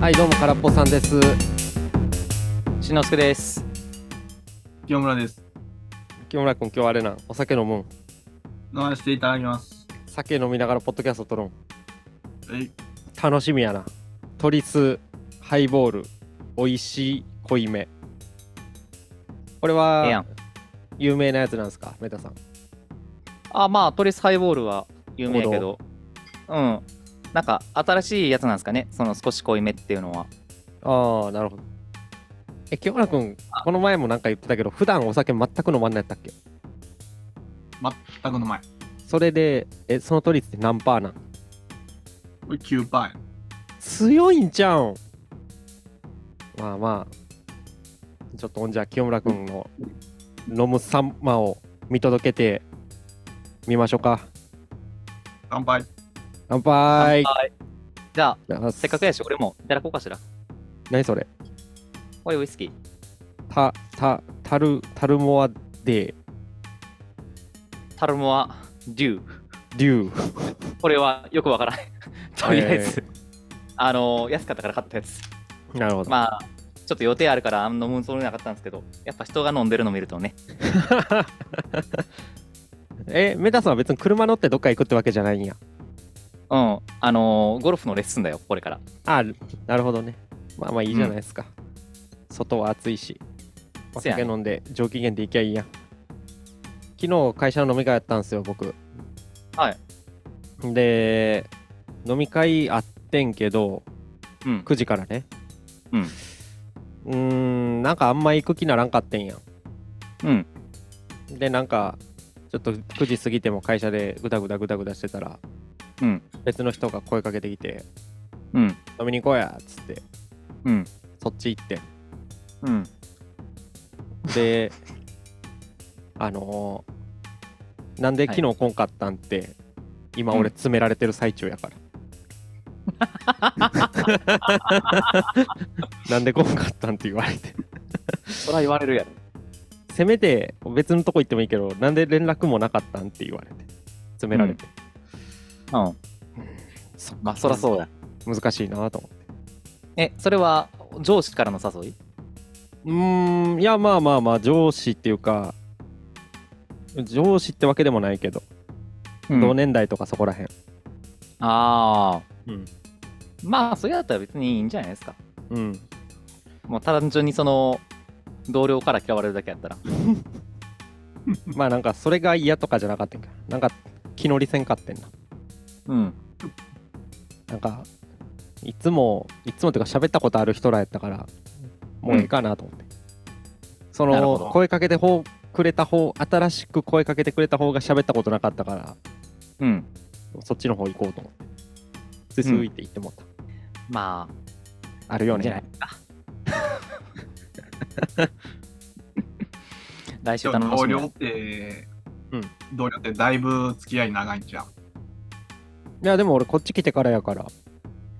はいどうも空っぽさんですしのすけです。清村です。清村君今日あれなんお酒飲むん飲ませていただきます。酒飲みながらポッドキャスト撮るんはい。楽しみやなトリスハイボール美味しい濃いめこれええやはん。有名なやつなんですかメタさんあ、まあ、トリスハイボールは有名やけど、うん。なんか、新しいやつなんですかね、その少し濃いめっていうのは。ああなるほどえ清村君この前もなんか言ってたけど普段お酒全く飲まんないやったっけタコの前。それでえそのトリスって何パーなんこれ9パーや。強いんちゃうんまあまあちょっとほんじゃ清村君の飲む様を見届けてみましょうか乾杯。乾杯はい。じゃあ、せせっかくやし、俺もいただこうかしら。何それおい、ウイスキー。たたたるたるもあでタルモア・デュー。竜これはよくわからない。 とりあえず、あのー安かったから買ったやつ。なるほど、まあ、ちょっと予定あるから、あんま飲むつもりなかったんですけど、やっぱ人が飲んでるの見るとね。えメタさんは別に車乗ってどっか行くってわけじゃないんやうん。あのーゴルフのレッスンだよ、これから。あなるほどねまあまあいいじゃないですか、外は暑いしおせや酒ね飲んで上機嫌で行きゃいいやん昨日会社の飲み会やったんですよ僕はいで飲み会あってんけどうん。 9時からねうんうーんなんかあんま行く気ならんかってんやんうん。でなんかちょっと9時過ぎても会社でぐだぐだぐだぐだしてたらうん。別の人が声かけてきてうん。飲みに行こうやっつってうん。そっち行ってんうん。で、あのーなんで昨日来んかったんって、今うん俺詰められてる最中や から。なんで来んかったんって言われて。それは言われるやろ。せめて別のとこ行ってもいいけど、なんで連絡もなかったんって言われて。詰められて。うん。そまあ、そらそうや。難しいなと思って。え、それは上司からの誘いうーん、いやまあまあまあ、上司っていうか、上司ってわけでもないけど、同年代とかそこらへん。ああ。うん。まあ、それだったら別にいいんじゃないですか。うん。もう単純にその、同僚から嫌われるだけやったら。まあなんかそれが嫌とかじゃなかったんかなんか気乗りせんかってんなうん。なんかいつもいつもっていうか喋ったことある人らやったからもういいかなと思って、そなるほのど声かけて方くれた方新しく声かけてくれた方が喋ったことなかったからうん。そっちの方行こうと思ってついついって言ってもらった、まあ、あるよいいんじゃないねですか。来週楽し同み僚やって、うん同僚ってだいぶ付き合い長いんじゃん。いやでも俺こっち来てからやから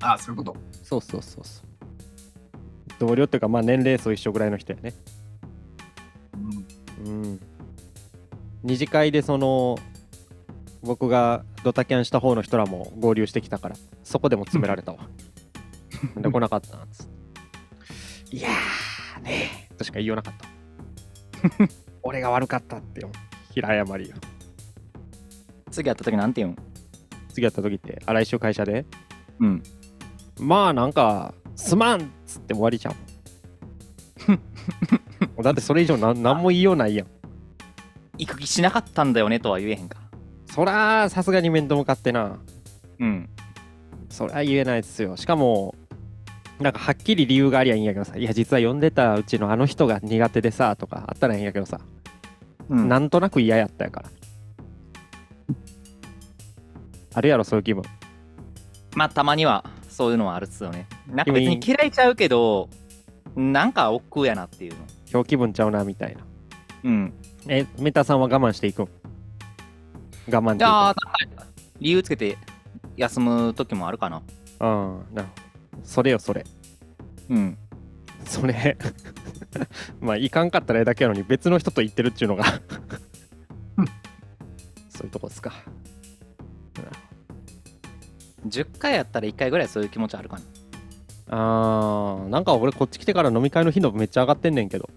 ああ、そういうこと。そうそうそうそう同僚っていうかまあ年齢層一緒ぐらいの人やねうん。うん、二次会でその僕がドタキャンした方の人らも合流してきたからそこでも詰められたわなんで来なかったんつっていやーねえとしか言いようなかった俺が悪かったってよ平謝りよ次やった時なんて言うん次やった時ってあ来週会社でうん。まあなんかすまんっつって終わりじゃんもうだってそれ以上な何も言いようないやん行く気しなかったんだよねとは言えへんか。そらさすがに面と向かってなうん。それは言えないですよしかもなんかはっきり理由がありゃいいんやけどさいや実は呼んでたうちのあの人が苦手でさとかあったらいいんやけどさ、うん、なんとなく嫌やったやからあるやろそういう気分まあ、たまにはそういうのはあるっすよね。なんか君別に嫌いちゃうけど、なんか億劫やなっていうの。今日気分ちゃうなみたいなうん。えメタさんは我慢していくん我慢していくんああ、理由つけて休む時もあるかな。うんなるほどそれよそれうん。それ まあいかんかったらええだけやのに別の人と言ってるっちゅうの がそういうとこですか10回やったら1回ぐらいそういう気持ちあるかな。あーなんか俺こっち来てから飲み会の頻度めっちゃ上がってんねんけど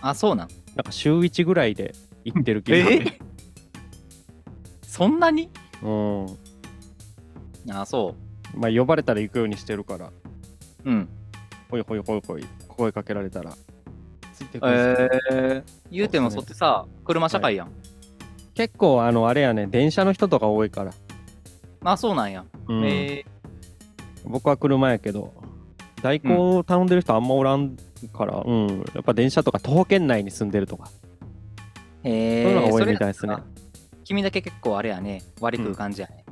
あ、そうなん。なんか週1ぐらいで行ってる気がえ そんなにうんあ、そまあ呼ばれたら行くようにしてるからう。うん。ほいほいほいほい声かけられたらついてくるんですよえー、言うてもそってさ、車社会やん。結構あのあれやね電車の人とか多いから、あ、そうなんや。うんえ僕は車やけど代行を頼んでる人あんまおらんから、うんやっぱ電車とか徒歩圏内に住んでるとか、ー、えそういうのー、が多いそれみたいですねなんか君だけ結構あれやね、割り食う感じやね。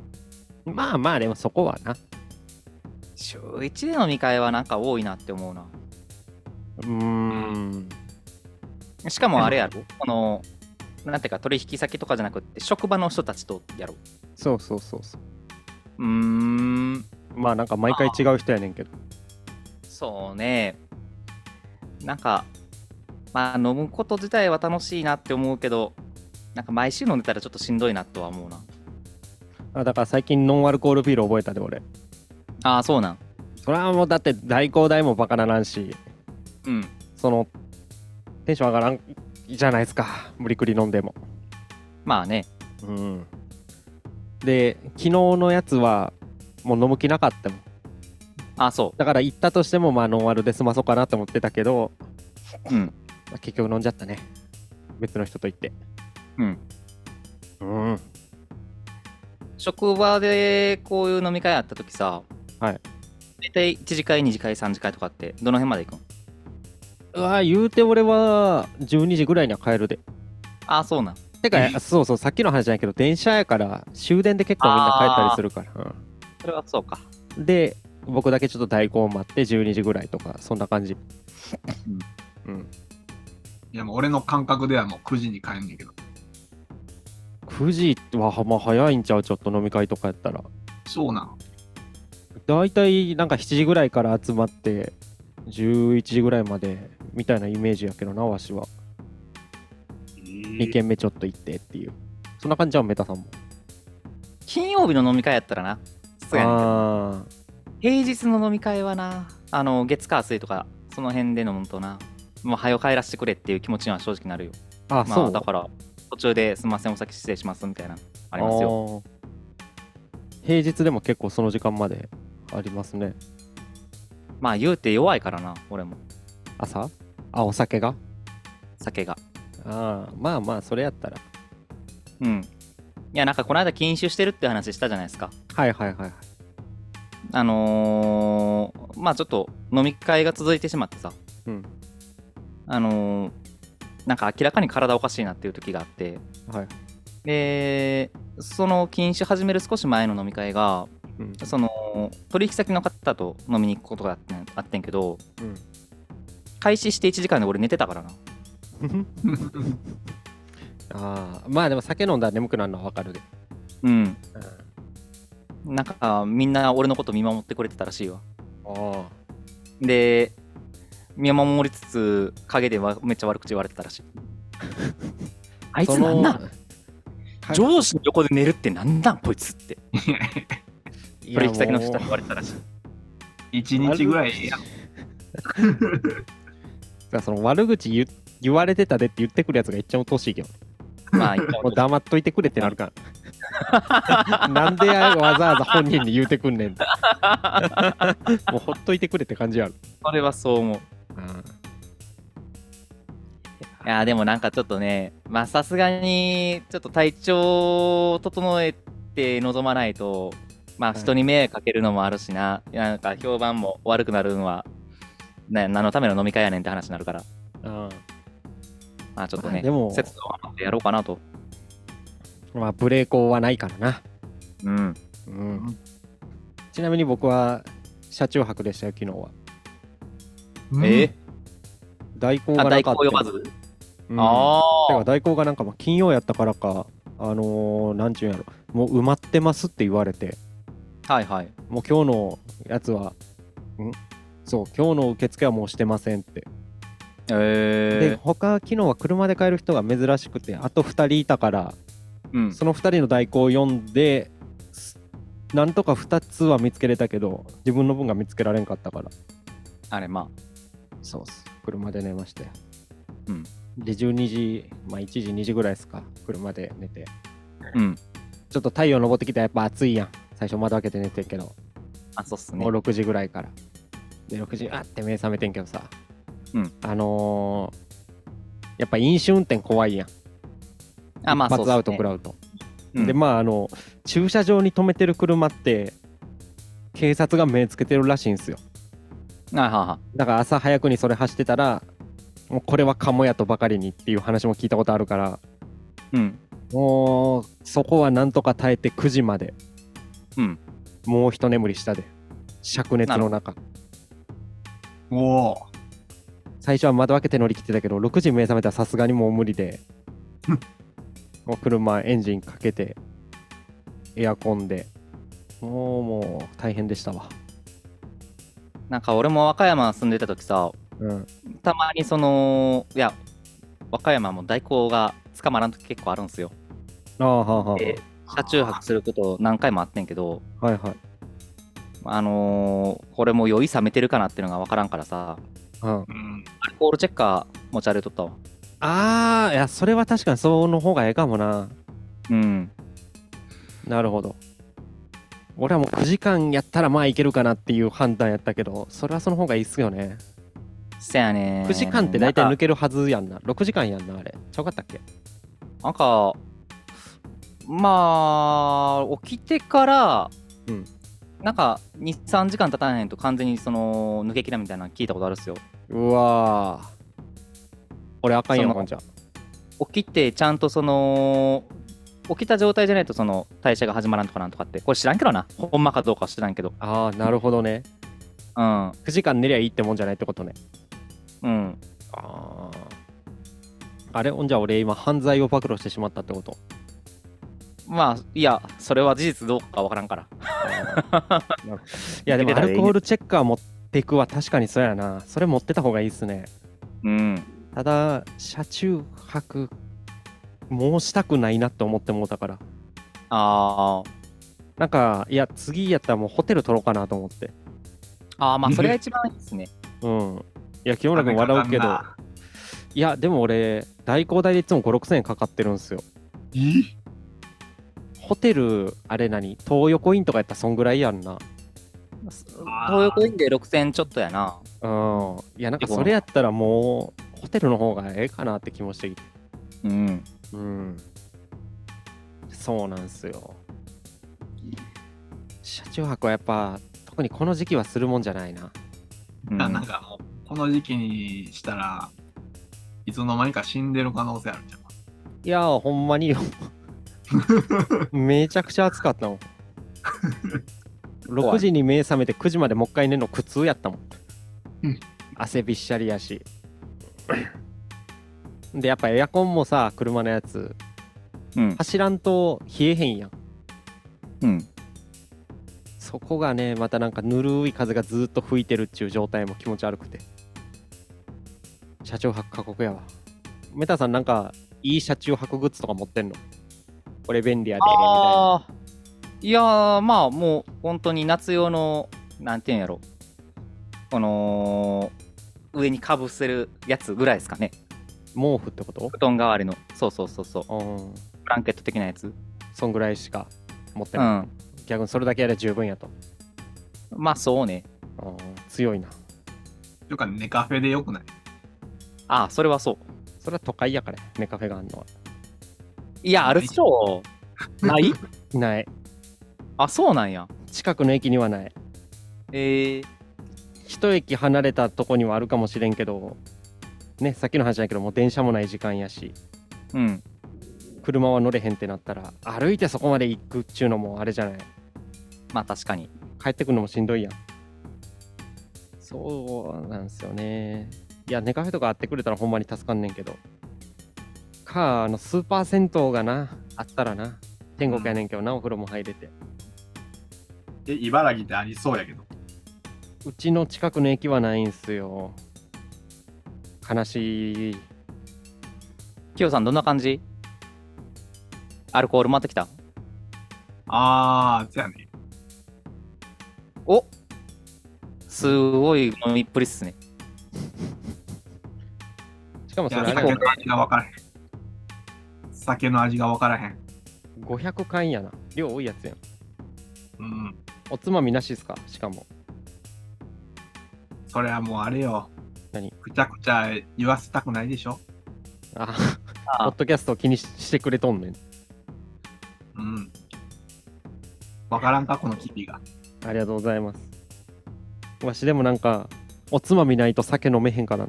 まあまあでもそこはな週1で飲み会はなんか多いなって思うな。うーんしかもあれやろ、この、なんていうか取引先とかじゃなくって、職場の人たちとやろそうそうそうそうう。うーん、まあなんか毎回違う人やねんけどそうね。なんか、まあ飲むこと自体は楽しいなって思うけど、なんか毎週飲んでたらちょっとしんどいなとは思うな。あだから最近ノンアルコールビール覚えたで俺ああ、そうなん。それはもうだって代行代もバカならんしうん。そのテンション上がらんじゃないですか無理くり飲んでもまあね。うんで昨日のやつはもう飲む気なかったもんああ、そだから行ったとしてもまあノンアルで済まそうかなと思ってたけどう。うん。まあ結局飲んじゃったね別の人と行ってうん。うん職場でこういう飲み会あった時さ、はい。大体1次会、2次会、3次会とかって、どの辺まで行くんうわー言うて俺は12時ぐらいには帰るでああ、そうなん。てかえそうそうさっきの話じゃないけど電車やから終電で結構みんな帰ったりするから、それはそうか。うんで僕だけちょっと代行待って12時ぐらいとかそんな感じうんいやもう俺の感覚ではもう9時に帰んねんけど。 9時はまあ早いんちゃうちょっと飲み会とかやったらそうなの。大体なんか7時ぐらいから集まって11時ぐらいまでみたいなイメージやけどなわしは2軒目ちょっと行ってっていうそんな感じじゃんメタさんも金曜日の飲み会やったらな。そうやねんけどあ平日の飲み会はな、あの、月火水とか、その辺で飲むとな、もう早よ帰らせてくれっていう気持ちには正直なるよ。ーあまそあ、うだから、途中ですみません、お先失礼しますみたいな、ありますよ。よ平日でも結構その時間までありますねまあ、言うて弱いからな、俺も、朝あお酒が酒が。ああまあまあそれやったらうん。いや、なんかこの間、禁酒してるって話したじゃないですか。はいはいはいはいあのーまあちょっと飲み会が続いてしまってさ、うんあのーなんか明らかに体おかしいなっていう時があって、はいでその禁酒始める少し前の飲み会がうんその取引先の方と飲みに行くことがあってんあってんけど開始して1時間で俺寝てたからなうんああまあでも酒飲んだら眠くなるのはわかるで、うんうん、あなんかみんな俺のこと見守ってくれてたらしいわあで見守りつつ陰でわめっちゃ悪口言われてた らしいあいつそなんのなん上司の横で寝るってなんなんこいつっていや取引先の人もにう言われたらしい1日ぐらいやん。だからその悪口言言われてたでって言ってくるやつが一番うっとうしいけどまあ言ったもこうとだ黙っといてくれってなるから なんでわざわざ本人に言うてくんねんって もうほっといてくれって感じやろそれはそう思ううんいやーでもなんかちょっとねまあさすがにちょっと体調を整えて臨まないとまあはい人に迷惑かけるのもあるしな、なんか評判も悪くなるのはな何のための飲み会やねんって話になるからうんまあちょっとまあねでも節度を守ってやろうかなとまあブレーコーはないからな、うんうん、ちなみに僕は車中泊でしたよ昨日はうんえ代行ー、があな代か行った呼ばず、うんあてかあ代行がなんかまあ金曜やったからかあのー、なんちゅうんやろもう埋まってますって言われてはいはいもう今日のやつは、んそう、今日の受付はもうしてませんって。で、え他、昨日は車で帰る人が珍しくて、あと2人いたから、ー、うんその2人の代行を読んで、すなんとか2つは見つけれたけど、自分の分が見つけられんかったから、あれ、まそうっす。車で寝まして。うん。で、12時、まあ1時、2時ぐらいですか、車で寝て。あ、うん。ちょっと太陽昇ってきたらやっぱ暑いやん。最初窓開けて寝てんけど、あ、そうっすねもう。6時ぐらいから。で、6時、あって目覚めてんけどさ、うんあのーやっぱ飲酒運転怖いやん。あ、まあ、一そう発っすね。アウト食らうと。うんで、まあ、あの、駐車場に止めてる車って、警察が目つけてるらしいんですよ。あはいはだから朝早くにそれ走ってたら、もうこれはカモやとばかりにっていう話も聞いたことあるから、い。うん。もうそこはなんとか耐えて9時まで、うんもう一眠りしたで、灼熱の中。おお。最初は窓開けて乗り切ってたけど、6時目覚めたらさすがにもう無理で、 もう車エンジンかけて、エアコンで、もうもう大変でしたわ。なんか俺も和歌山住んでた時さ、うん。たまにその、いや、和歌山も代行が捕まらん時結構あるんすよ。ああ、はあ、はで車中泊すること何回もあってんけど、あ。はいはい。あのーこれも酔い冷めてるかなっていうのが分からんからさ、うん、うん。アルコールチェッカー持ち歩いとったわ。ああ、いや、それは確かにその方がええかもな。うん。なるほど。俺はもう9時間やったらまあいけるかなっていう判断やったけど、それはその方がいいっすよね。せやねん9時間って大体なん抜かけるはずやんな。6時間やんな、あれ。ちゃうかったっけなんか、まあ、起きてから、うんなんか2、3時間経たへんと完全にその抜けきらみたいなの聞いたことあるっすよ。うわぁ。俺あかんやそん、のほんじゃ。起きてちゃんとその起きた状態じゃないとその代謝が始まらんとかなんとかってこれ知らんけどなほんまかどうかは知らんけどああ、なるほどね。うん9時間寝りゃいいってもんじゃないってことね。うんああ。あれほんじゃ俺今犯罪を暴露してしまったって こと。まあいやそれは事実どうかわからんからいやでも抜アけたらいいルねコールチェッカー持っていくは確かにそうやな。それ持ってた方がいいっすね。うんただ車中泊もうしたくないなって思ってもうたからあーなんかいや次やったらもうホテル取ろうかなと思ってあーまあそれが一番いいです ねうんいや清村君笑うけどいやでも俺代行代でいつも5 6千円かかってるんですよいホテルあれ何東横インとかやったらそんぐらいやんな東横インで6000ちょっとやなうんいやなんかそれやったらもうホテルの方がええかなって気もしてきてうんうんそうなんすよ車中泊はやっぱ特にこの時期はするもんじゃないなうんなんかもう、この時期にしたら、いつの間にか死んでる可能性あるじゃん。いやーほんまに よめちゃくちゃ暑かったもん6時に目覚めて9時までもう一回寝るの苦痛やったもん、うん汗びっしゃりやしでやっぱエアコンもさ車のやつうん走らんと冷えへんやんうんそこがねまたなんかぬるい風がずっと吹いてるっちゅう状態も気持ち悪くて車中泊過酷やわメタさんなんかいい車中泊グッズとか持ってんのこれ便利やでみたいなああいやーまあもう本当に夏用のなんていうんやろこの上にかぶせるやつぐらいですかね毛布ってこと布団代わりのそうそうそうそううんブランケット的なやつそんぐらいしか持ってうない、ん逆にそれだけやれば十分やと、まあそうねうん強いなというか、寝カフェでよくないああそれはそうそれは都会やからねカフェがあんのはいやあるっしょ ないないあそうなんや近くの駅にはないえー、一駅離れたとこにはあるかもしれんけどねさっきの話だけどもう電車もない時間やしうん車は乗れへんってなったら歩いてそこまで行くっちゅうのもあれじゃないまあ確かに帰ってくるのもしんどいやんそうなんすよねいやネカフェとかあってくれたらほんまに助かんねんけどかあのスーパー銭湯がなあったらな天国やねんけどな、お風呂も入れてえ、茨城ってありそうやけど。うちの近くの駅はないんすよ悲しいキヨさんどんな感じアルコール回ってきたあー、じゃあね。おすごい飲みっぷりっすね。しかもいそれあや酒れの味が分からへん。酒の味が分からへん。 500缶やな量多いやつやんうん。おつまみなしですかしかもそれはもうあれよ。何くちゃくちゃ言わせたくないでしょ。ああポッドキャストを気にししてくれとんねんうん。分からんか、このキビが。ありがとうございますわしでもなんかおつまみないと酒飲めへんかな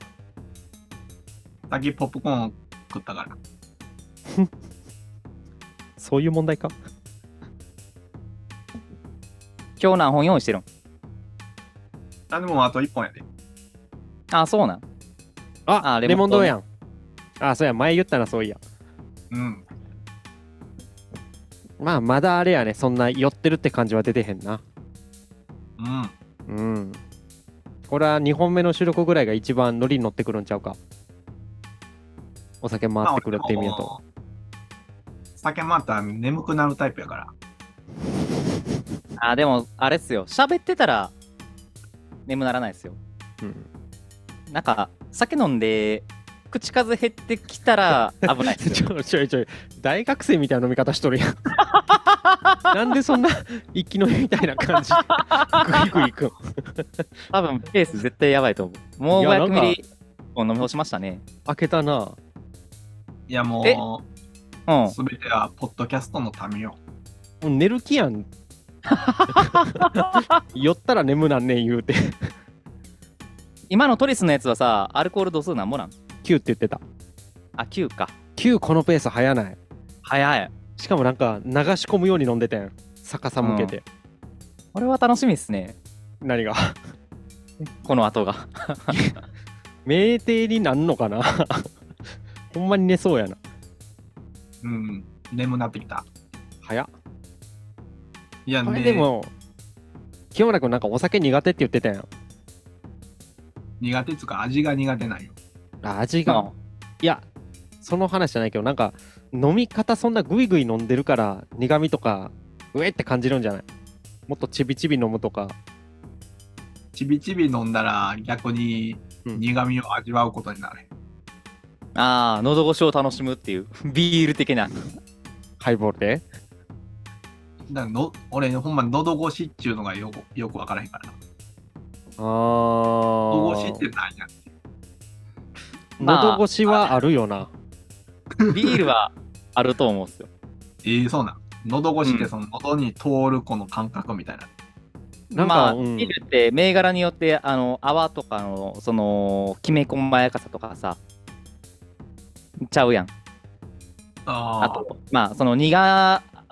さっきポップコーンを食ったから。そういう問題か今日何本用意してるんあ、でもあと1本やで。あ、そうなん。ああレレモモンン丼丼やんあそうや前言ったなそういやうん。まあまだあれやねそんな酔ってるって感じは出てへんなうん。うんこれは2本目の収録ぐらいが一番ノリに乗ってくるんちゃうかお酒回ってくるって意味だとまあ。酒回ったら眠くなるタイプやから。あ、でも、あれっすよ。喋ってたら、眠ならないっすよ。うんなんか、酒飲んで、口数減ってきたら危ないっ すちよ。ょちょいちょい大学生みたいな飲み方しとるや んなんでそんな一気飲みみたいな感じグイグイいくん多分、ペース絶対やばいと思う。もういやなん500かミリ飲み干しましたね。開けたないやえもうんう、。すべてはポッドキャストのためよ。もう寝る気や ん酔ったら眠なんねん言うて今のトリスのやつはさ、アルコール度数なんもなん9って言ってたあ、9か。 9このペース早ない早い。しかもなんか流し込むように飲んでてん逆さ向けて、これは楽しみっすね。何が この後が。酩酊になんのかな ほんまに寝そうやなうん。眠なってきた。早っいやこれね、でも清村君なんかお酒苦手って言ってたやん苦手っつうか味が苦手なんよ。あ味が、うんいやその話じゃないけどなんか飲み方そんなグイグイ飲んでるから苦味とかうえって感じるんじゃないもっとちびちび飲むとかちびちび飲んだら逆にうん苦味を味わうことになる。ああ、喉越しを楽しむっていう、 ビール的な。ハイボールでだからの俺、ほんま喉越しっちゅうのがよくよくわからへんからな。あ喉越しっーて何やまあ喉越しはあるよなビールはあると思うんですよ。えー、そうなん。喉越しってその喉に通るこの感覚みたいな。なんかまあ、うんビールって銘柄によって、あの、泡とかの、その、きめ細やかさとかさ、ちゃうやん。ああと、まあ、その苦、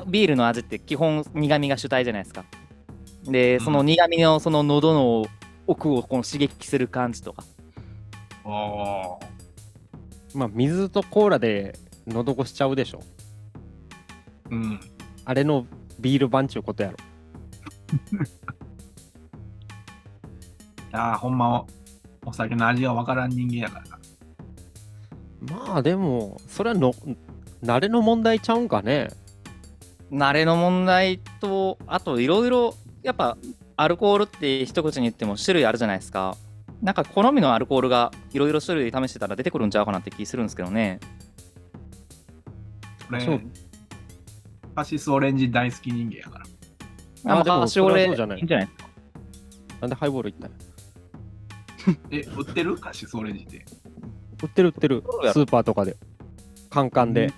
ビールの味って基本苦味が主体じゃないですか。で、その苦味の、その喉の奥をこの刺激する感じとか。あ。おーまあ水とコーラで喉越しちゃうでしょうん。あれのビール版ちゅうことやろああ、ほんまお酒の味がわからん人間やからな。まあでもそれはの慣れの問題ちゃうんかね慣れの問題とあといろいろやっぱアルコールって一口に言っても種類あるじゃないですかなんか好みのアルコールがいろいろ種類試してたら出てくるんちゃうかなって気するんですけどね俺そうカシスオレンジ大好き人間やから。あまでもしそれ俺はそうじゃないいんじゃないなんでハイボールいったんえ、売ってるカシスオレンジって。売ってる売ってるそうやろスーパーとかでカンカンで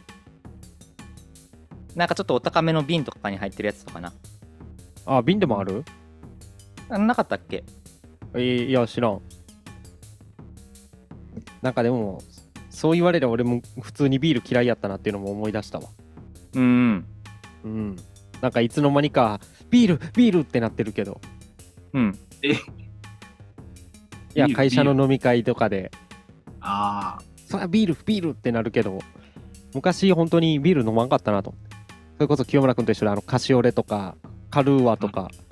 なんかちょっとお高めの瓶とかに入ってるやつとかなあ瓶でもあるあなかったっけいいや知らんなんかでもそう言われりゃ俺も普通にビール嫌いやったなっていうのも思い出したわうんうんなんかいつの間にかビールビールってなってるけどうんいやビール会社の飲み会とかでああ。そりゃビールビールってなるけど昔本当にビール飲まんかったなと思ってそれこそ清村君と一緒であのカシオレとかカルーアとか、うん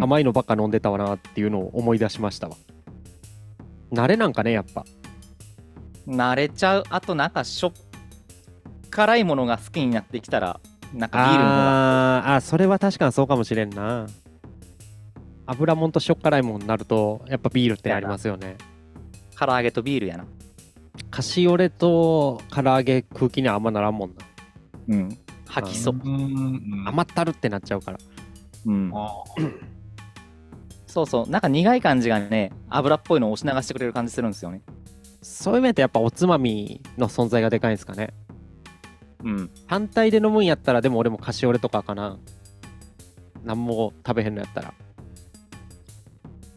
甘いのばっか飲んでたわなっていうのを思い出しましたわ慣れなんかねやっぱ慣れちゃうあとなんかしょっ辛いものが好きになってきたらなんかビールの方があーあそれは確かにそうかもしれんな油もんとしょっ辛いもんになると、やっぱビールってありますよね。唐揚げとビールやな。カシオレと唐揚げ空気にはあんまならんもんな。うん。吐きそうう。ーん。甘ったるってなっちゃうから。うん。あそうそう。なんか苦い感じがね、油っぽいのを押し流してくれる感じするんですよね。そういう面でやっぱおつまみの存在がでかいんですかね。うん。単体で飲むんやったら、でも俺もカシオレとかかな。なんも食べへんのやったら。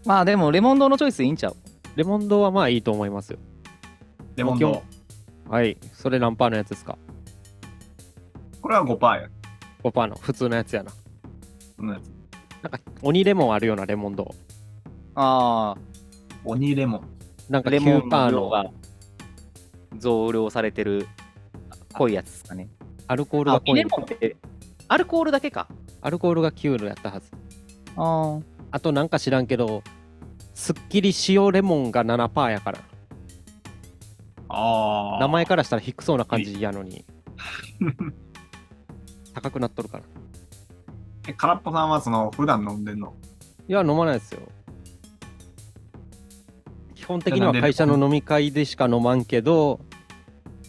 まあでも、レモンドのチョイスいいんちゃうレモンドはまあいいと思いますよ。レモンド。はい。それ何パーのやつですかこれは5%や。 ?5 パーの普通のやつやな。このやつなんか鬼レモンあるようなレモンド。あ鬼レモン。なんあ、かレモン9パのー量のが増量されてる濃いやつですかね。アルコールあが濃レい。モンってアルコールだけか。アルコールが9のやったはず。ああとなんか知らんけど、すっきり塩レモンが7パーやから。ああ。名前からしたら低そうな感じやのに。高くなっとるから。いえ、空っぽさんはその、普段飲んでんの。や、飲まないですよ。基本的には会社の飲み会でしか飲まんけど、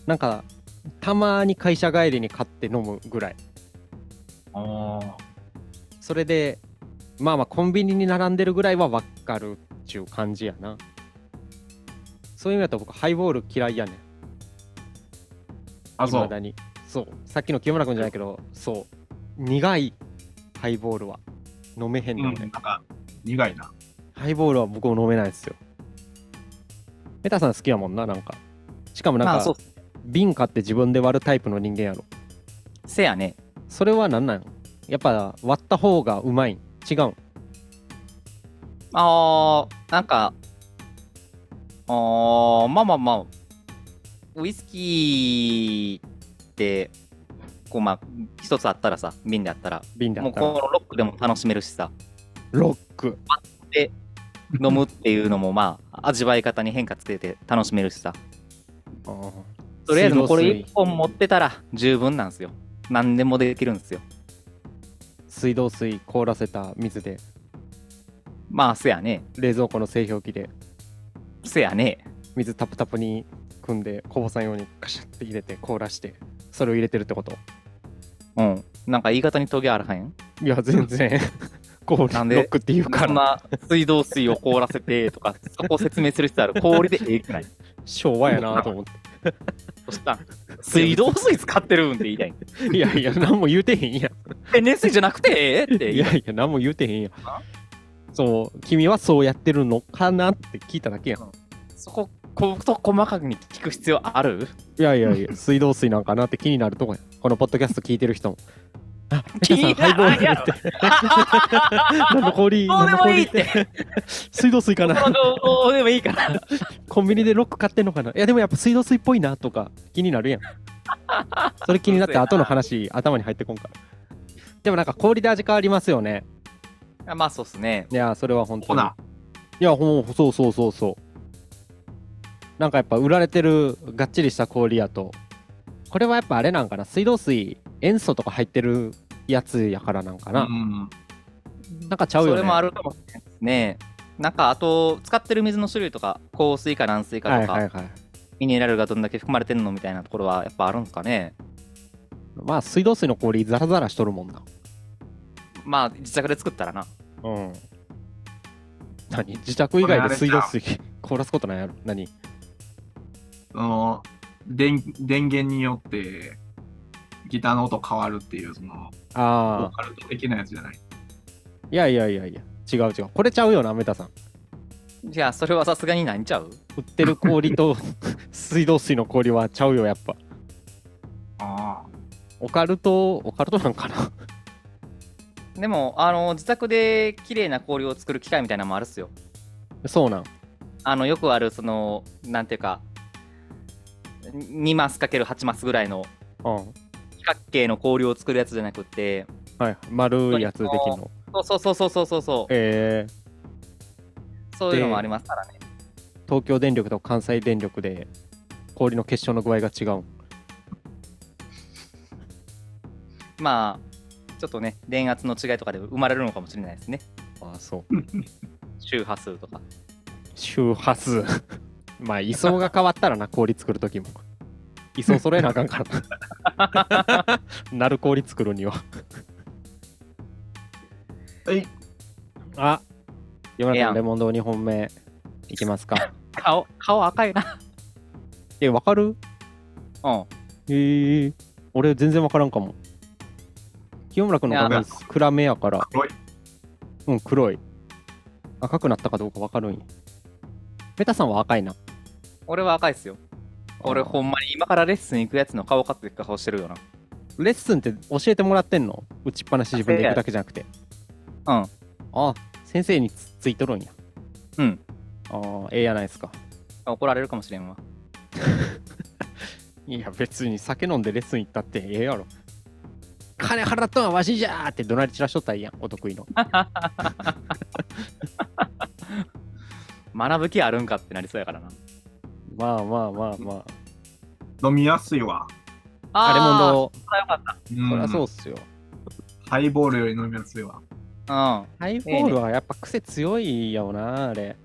なんか、たまに会社帰りに買って飲むぐらい。ああ。それで、まあまあコンビニに並んでるぐらいはわかるっちゅう感じやな。そういう意味だと僕、ハイボール嫌いやねん。あ、そ未う。だにそうさっきの清村君じゃないけどそう苦いハイボールは飲めへんうのん、で、なんか、苦いな。ハイボールは僕も飲めないですよメタさん好きやもんななんかしかもあ、なんまあか、そう。瓶買って自分で割るタイプの人間やろせやね。それは何なんやっぱ割った方がうまいん違うんああ、なんか、あーまあまあまあ、ウイスキーって、こうまあ、一つあったらさ、瓶であったら、瓶であもっうたこらのロックでも楽しめるしさ、ロック飲むっていうのもまあ、味わい方に変化つけて楽しめるしさ、あーとりあえずもうこれ水道水一本持ってたら十分なんですよ。何でもできるんですよ。水道水凍らせた水でまあ、せやね。冷蔵庫の製氷機でせやね。水タプタプに組んでこぼさんようにカシャって入れて凍らしてそれを入れてるってことうん。なんか言い方にトゲあらへんいや全然こうなんでロックっていうかそらんな水道水を凍らせてとか、そこ説明する必要ある。氷でええくない。昭和やなと思っそしたら、水道水使ってるん でいいやん。ていやいや何も言うてへんや天然水じゃなくてええってんいいややいや何も言うてへんやんそう君はそうやってるのかなって聞いただ けやんそこ、こと細かくに聞く必要あるいやいやいや水道水なんかなって気になるとこやこのポッドキャスト聞いてる人 もあ気にならんやろメタさんハイボールって何の氷どうでもいいっ何の氷 水道水かなこの情報でもいいから。コンビニでロック買ってんのかないやでもやっぱ水道水っぽいなとか気にな るやんそれ気になって後の話頭に入ってこんからでもなんか氷で味変わりますよねあまあ、そうっすね。いやそれは本当ほにな、いやほんそうそうそうそうなんかやっぱ売られてるがっちりした氷やとこれはやっぱあれなんかな水道水塩素とか入ってるやつやからなんかうな、ん。なんかちゃうよねそれもあるかもしれないですね。なんか、あと、使ってる水の種類とか、硬水か軟水かはいとか、はいはいミネラルがどんだけ含まれてんのみたいなところは、やっぱあるんですかね。まあ水道水の氷ザラザラしとるもんなまあ、自宅で作ったらな。うん。何自宅以外で水道水凍らすことないやろ何その、電、電源によって、ギターの音変わるっていう、その、オああー、カルト的なやつじゃない。いやいやいやいや、違う違う。これちゃうよな、メタさん。じゃあ、それはさすがに何ちゃう売ってる氷 と水道水の氷はちゃうよ、やっぱ。あオカルト、オカルトなんかなでも、あの、自宅で綺麗な氷を作る機械みたいなのもあるっすよ。そうなん。あのよくあるそのなんていうか2マス ×8 マスぐらいのうん。四角形の氷を作るやつじゃなくってはい、丸いやつできんの。そうそうそうそうそうそうそうえー、そういうのもありますからね東京電力と関西電力で氷の結晶の具合が違うん。まあちょっとね電圧の違いとかで生まれるのかもしれないですねああそう周波数とか。周波数 まあ位相が変わったらな氷作る時も位相揃えなあかんからななる氷作るにははい。あ世のええ中やのんレモンド2本目いきますか顔、顔赤いな。えわかるうん。へえ俺全然わからんかも清村君のい髪や暗めやから黒いうん黒い赤くなったかどうかわかるんやペタさんは赤いな俺は赤いっすよ。俺ほんまに今からレッスン行くやつの顔かって顔してるよレッスンって教えてもらってんの打ちっぱなし自分で行くだけじゃなくて。な。うん。あ先生につついとるんや。うん。ああ、ええやないですか。怒られるかもしれんわ。いや、別に酒飲んでレッスン行ったってええやろ。金払ったのはわしじゃーって怒鳴り散らしとったらいいやん、お得意の。学ぶ気あるんかってなりそうやからな。まあまあまあまあ。飲みやすいわ。ああれもどう、あーよかっうんそりゃそうっすよ。ハイボールより飲みやすいわ。た。うん。ハイボールはやっぱ癖強いよな、あれ。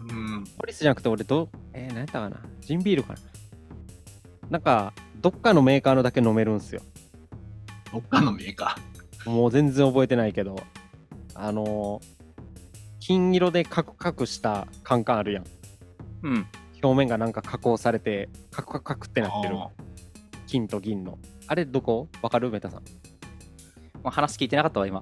うん。ポリスじゃなくて俺ど、えー、何やったかな。ジンビールかな。なんか、どっかのメーカーのだけ飲めるんすよ。どっかのメーカもう全然覚えてないけど、あのー金色でカクカクしたカンカンあるやん。うん。表面がなんか加工されて、カクカクカクってー。なってる。あ金と銀の。あれどこわかるメタさん。もう話聞いてなかったわ、今。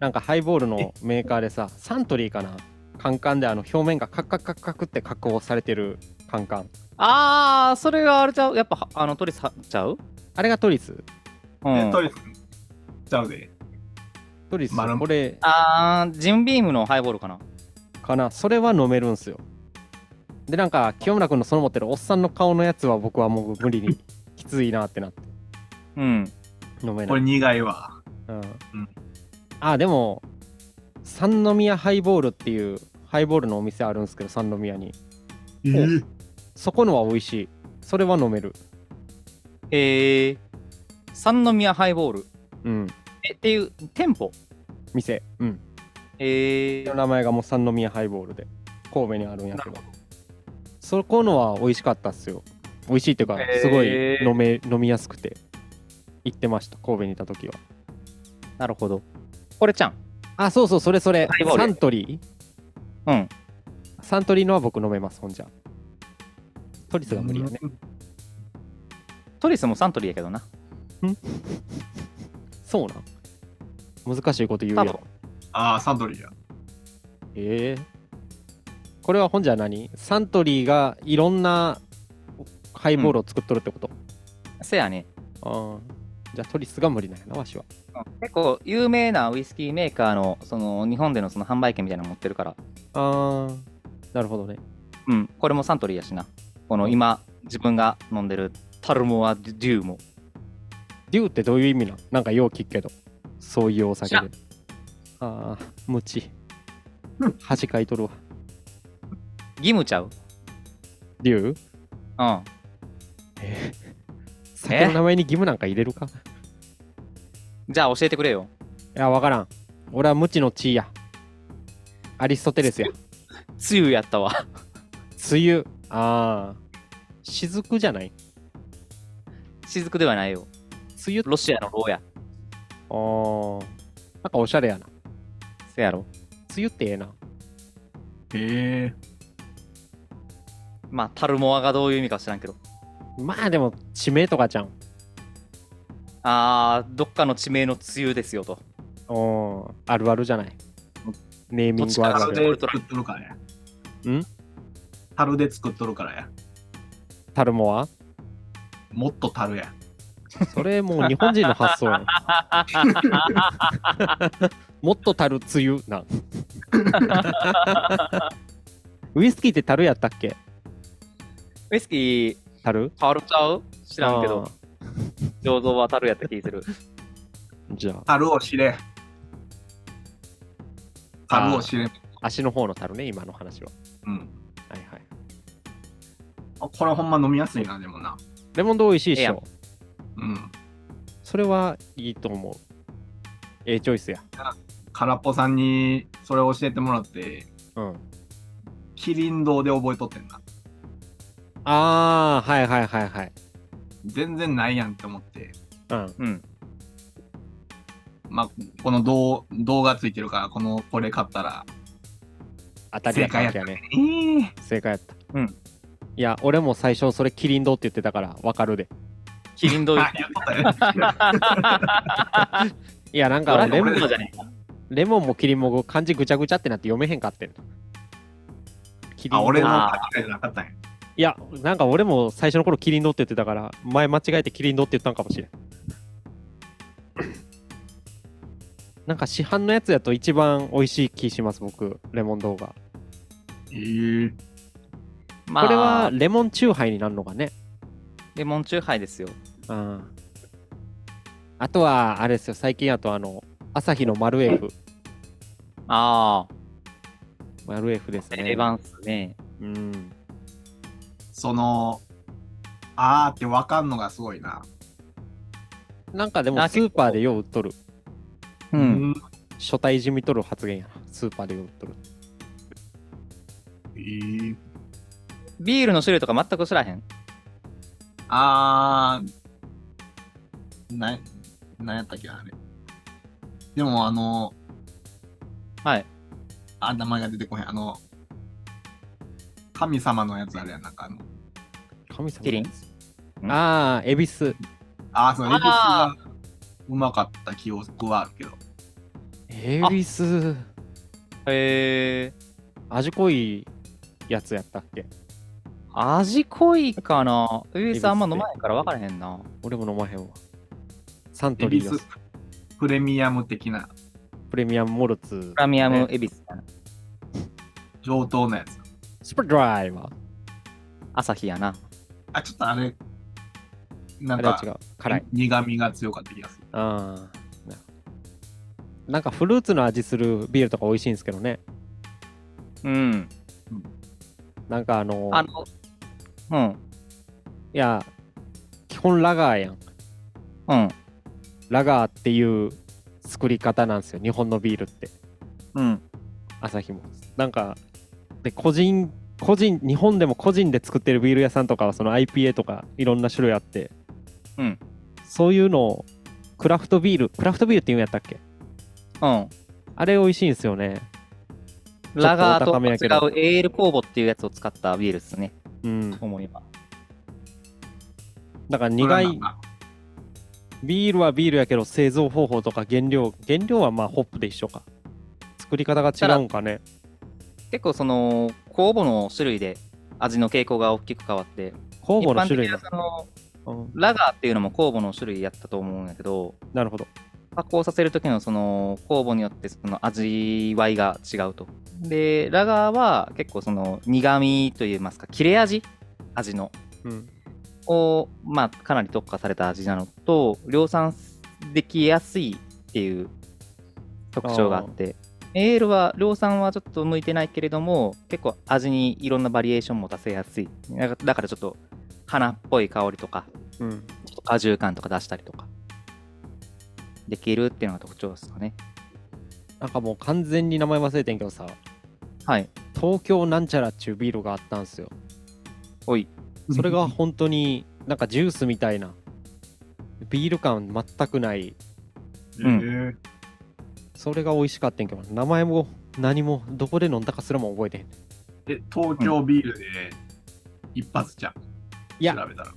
なんかハイボールのメーカーでさ、サントリーかなカンカンであの表面がカクカクカクカクって加工されてるカンカン。あー、それがあれちゃう。やっぱ、あの、トリスはちゃうあれがトリス。うーえん。トリスちゃうで。トリス、まるこれあー、ジンビームのハイボールかな。かな。それは飲めるんすよ。で、なんか清村君のその持ってるおっさんの顔のやつは僕はもう無理 にきついなってなってうん。飲めないこ。れ苦いわ。うんんあでも三宮ハイボールっていうハイボールのお店あるんですけど三宮にえーそこのは美味しいそれは飲めるへえ。三宮ハイボール。うんえ、っていう、店舗。店うんへえ。名前がもう三宮ハイボールで神戸にあるんやなけるどほどそこのは美味しかったっすよ美味しいっていうかへーすごい飲め飲みやすくて行ってました神戸にいた時はなるほど。これちゃん。あそうそうそれそれハイボールサントリーうんサントリーのは僕飲めますほんじゃトリスが無理やねトリスもサントリーやけどな。そうなん難しいこと言うや多ん分。ああ、サントリーや。ええこれは本じゃ何サントリーがいろんなハイボールを作っとるってこと、せやね。ああじゃあトリスが無理なんやなわしは。結構有名なウイスキーメーカーのその日本でのその販売権みたいなの持ってるから、ああなるほどね。うん、これもサントリーやしなこの今自分が飲んでるタルモア・デューもデューってどういう意味なんなんかよう聞くけどそういうお酒で。ああ無知うん。恥かいとるわ。義務ちゃうデューうんえー酒の名前に義務なんか入れるかじゃあ教えてくれよいやわからん。俺は無知の地位や。アリストテレスや。つゆやったわ 梅雨。ああ。雫じゃない雫ではないよ梅雨ロシアの牢やあーなんかおしゃれやな。せやろ梅雨ってええな。へえ。まあタルモアがどういう意味か知らんけどまあでも、地名とかじゃん。あーどっかの地名のつゆですよとおーあるあるじゃない。ネーミングあるタあルる。で作っとるからや。んタルで作っとるからや。タルモアもっとタルや。それもう日本人の発想やん。もっとタル梅雨なん。ウイスキーってタルやったっけウイスキータル変わるちゃう知知らんけど。醸造はタルやった気するあーじゃあ、タルを知れ。タルを知れ。足の方のタルね、今の話は。うん。はいはい。あこれほんま飲みやすいな、でもな。レモンド美味しいっしええやょん。うん。それはいいと思う。ええチョイスや。空っぽさんにそれを教えてもらって、うん。キリン堂で覚えとってんな。ああ、はいはいはいはい。全然ないやんって思って、うん。うん。まあ、この銅、銅がついてるから、この、これ買ったら、当たりやったわけやね。えー、正解やった。うん。いや、俺も最初それキリン堂って言ってたからわかるで。キリンドあ、言っとったよ。いや、なんドかラゴレンボモーンルじゃねえか。レモンもキリンも漢字ぐちゃぐちゃってなって読めへんかってん。キリンあ、俺の堂あ書きじゃなかったんや。いや、なんか俺も最初の頃キリンドって言ってたから、前間違えてキリンドって言ったんかも しれん。なんか市販のやつやと一番美味しい気します、僕、レモン動画。えー、まあ、これはレモンチューハイになるのがね。レモンチューハイですよ。うん。あとは、あれですよ、最近やとあの、朝日のマルエフ。ああ、マルエフですねレ。バンスね。うん。その、あーってわかんのがすごいな。なんかであもス結構ーパーでよう売っとる。う。。うん初対じみとる発言やな。スーパーでよう売っとる。えー、ビールの種類とか全く知らへん。あー、な、なんやったっけ、あれ。でも、あの、はい。あ、名前が出てこへん。あの、神様のやつあれやん、なんかあの、神様。キリンんああ、恵比寿。あー、そのエビスあがうまかった記憶はあるけど。恵比寿。へえ。味濃いやつやったっけ味濃いかなウイルスあんまエビス飲まないから分からへんな。俺も飲まへんわサンエトビリースのプレミアム的なプレミアムモルツプラミアムねエビス、上等なやつ。スプドライは朝日やな。あ、ちょっとあれ、なあんれはか違、う辛い苦味が強かった気がする。あーななんかフルーツの味するビールとか美味しいんですけどねうん。なんかあのあの、うん。いや基本ラガーやんうん。ラガーっていう作り方なんですよ日本のビールってうん。朝日もなんかで個人個人日本でも個人で作ってるビール屋さんとかはその IPA とかいろんな種類あって、うんそういうのをクラフトビールクラフトビールって言うんやったっけうん。あれ美味しいんですよねとラガーとお高めやけどは違うエール酵母っていうやつを使ったビールですね。うん主には。だから苦それいはビールはビールやけど製造方法とか原料原料はまあホップで一緒か作り方が違うんかね結構その、酵母の種類で味の傾向が大きく変わって、酵母の種類一般な的なその、うんラガーっていうのも酵母の種類やったと思うんだけど、なるほど発酵させる時のその酵母によってその味わいが違うと。で、ラガーは結構その苦味といいますか、切れ味味のうんを、まあ、かなり特化された味なのと、量産できやすいっていう特徴があって、エールは量産はちょっと向いてないけれども、結構味にいろんなバリエーションも出せやすい。だからだからちょっと花っぽい香りとか、うんちょっと果汁感とか出したりとか、できるっていうのが特徴ですかね。なんかもう完全に名前忘れてんけどさはい。東京なんちゃらっちゅうビールがあったんすよおい。それが本当になんかジュースみたいなビール感全くないうんえーそれが美味しかったんやけど名前も何もどこで飲んだかすらも覚えてへんえ、東京ビールで一発じゃん。いや調べたら。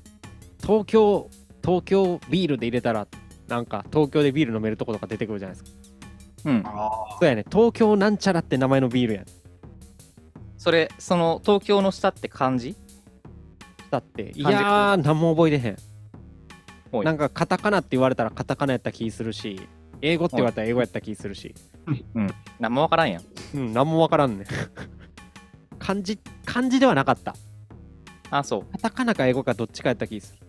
東京東京ビールで入れたらなんか東京でビール飲めるとことか出てくるじゃないですかうん。あそうやね東京なんちゃらって名前のビールやねそれ、その東京の下って漢字だってい感じやー何も覚えてへんおいなんかカタカナって言われたらカタカナやった気するし英語って言われたら英語やった気するし何もわからんやん。うん何もわからんね漢字漢字ではなかったあ、そう。カタカナか英語かどっちかやった気する。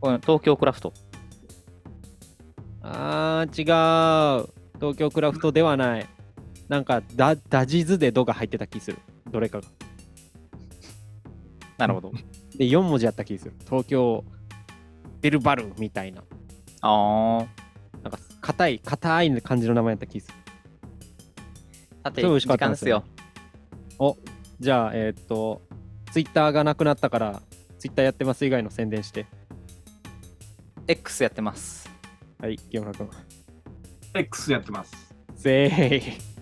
これ東京クラフト。あー、違う。東京クラフトではない。なんか、だ、ダジズでドが入ってた気する。どれかが。なるほ ど。で、4文字やった気する。東京、デルバルみたいな。ああ。なんか、硬い、硬い感じの名前やった気する。さて、それ美味時しかったん間でですすよよ。じゃあ、えーっと、ツイッターがなくなったから、ツイッターやってます以外の宣伝して。 X やってます。はい、清村君。 X やってます。せーい。